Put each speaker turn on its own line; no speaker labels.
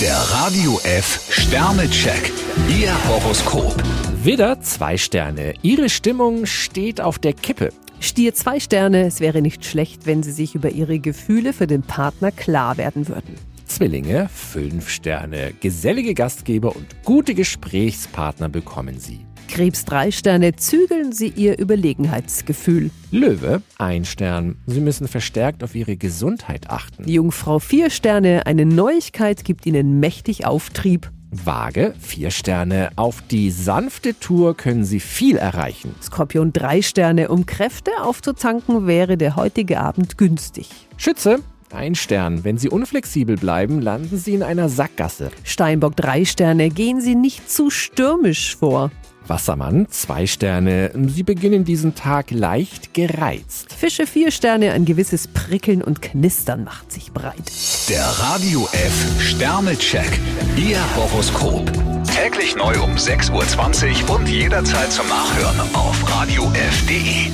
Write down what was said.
Der Radio F Sternecheck. Ihr Horoskop.
Widder, zwei Sterne. Ihre Stimmung steht auf der Kippe.
Stier zwei Sterne, es wäre nicht schlecht, wenn Sie sich über Ihre Gefühle für den Partner klar werden würden.
Zwillinge, fünf Sterne. Gesellige Gastgeber und gute Gesprächspartner bekommen Sie.
Krebs drei Sterne, zügeln Sie Ihr Überlegenheitsgefühl.
Löwe, ein Stern. Sie müssen verstärkt auf Ihre Gesundheit achten.
Jungfrau vier Sterne, eine Neuigkeit gibt Ihnen mächtig Auftrieb.
Waage, vier Sterne. Auf die sanfte Tour können Sie viel erreichen.
Skorpion drei Sterne, um Kräfte aufzutanken, wäre der heutige Abend günstig.
Schütze, ein Stern. Wenn Sie unflexibel bleiben, landen Sie in einer Sackgasse.
Steinbock drei Sterne, gehen Sie nicht zu stürmisch vor.
Wassermann, zwei Sterne. Sie beginnen diesen Tag leicht gereizt.
Fische vier Sterne, ein gewisses Prickeln und Knistern macht sich breit.
Der Radio F Sternecheck. Ihr Horoskop. Täglich neu um 6.20 Uhr und jederzeit zum Nachhören auf Radio radiof.de.